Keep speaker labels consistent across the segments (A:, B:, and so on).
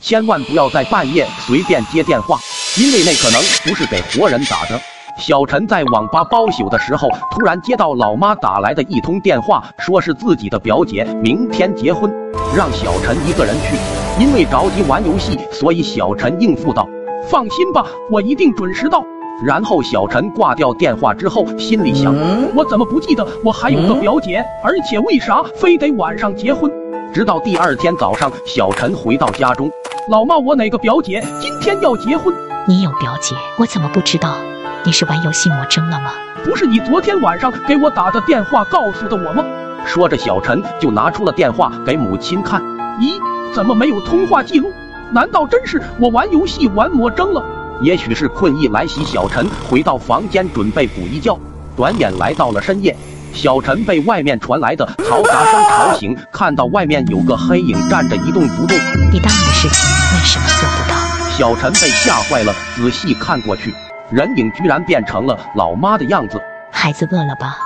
A: 千万不要在半夜随便接电话，因为那可能不是给活人打的。小陈在网吧包宿的时候，突然接到老妈打来的一通电话，说是自己的表姐明天结婚，让小陈一个人去。因为着急玩游戏，所以小陈应付道：“放心吧，我一定准时到。”然后小陈挂掉电话之后，心里想：我怎么不记得我还有个表姐？而且为啥非得晚上结婚？直到第二天早上，小陈回到家中，老妈，我哪个表姐今天要结婚？
B: 你有表姐，我怎么不知道？你是玩游戏魔怔了吗？
A: 不是你昨天晚上给我打的电话告诉的我吗？说着，小陈就拿出了电话给母亲看。咦，怎么没有通话记录？难道真是我玩游戏玩魔怔了？也许是困意来袭，小陈回到房间准备补一觉，转眼来到了深夜。小陈被外面传来的嘈杂声吵醒，看到外面有个黑影站着一动不动。
B: 你答应的事情为什么做不到？
A: 小陈被吓坏了，仔细看过去，人影居然变成了老妈的样子。
B: 孩子饿了吧？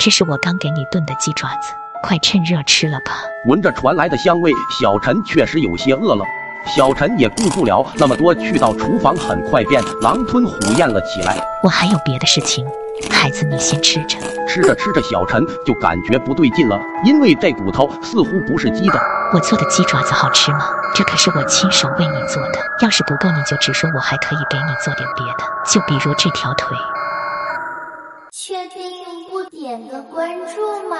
B: 这是我刚给你炖的鸡爪子，快趁热吃了吧。
A: 闻着传来的香味，小陈确实有些饿了。小陈也顾不了那么多，去到厨房，很快便狼吞虎咽了起来。
B: 我还有别的事情，孩子你先吃着。
A: 吃着吃着，小陈就感觉不对劲了，因为这骨头似乎不是鸡的。
B: 我做的鸡爪子好吃吗？这可是我亲手为你做的，要是不够你就直说，我还可以给你做点别的，就比如这条腿。
C: 确定不点个关注吗？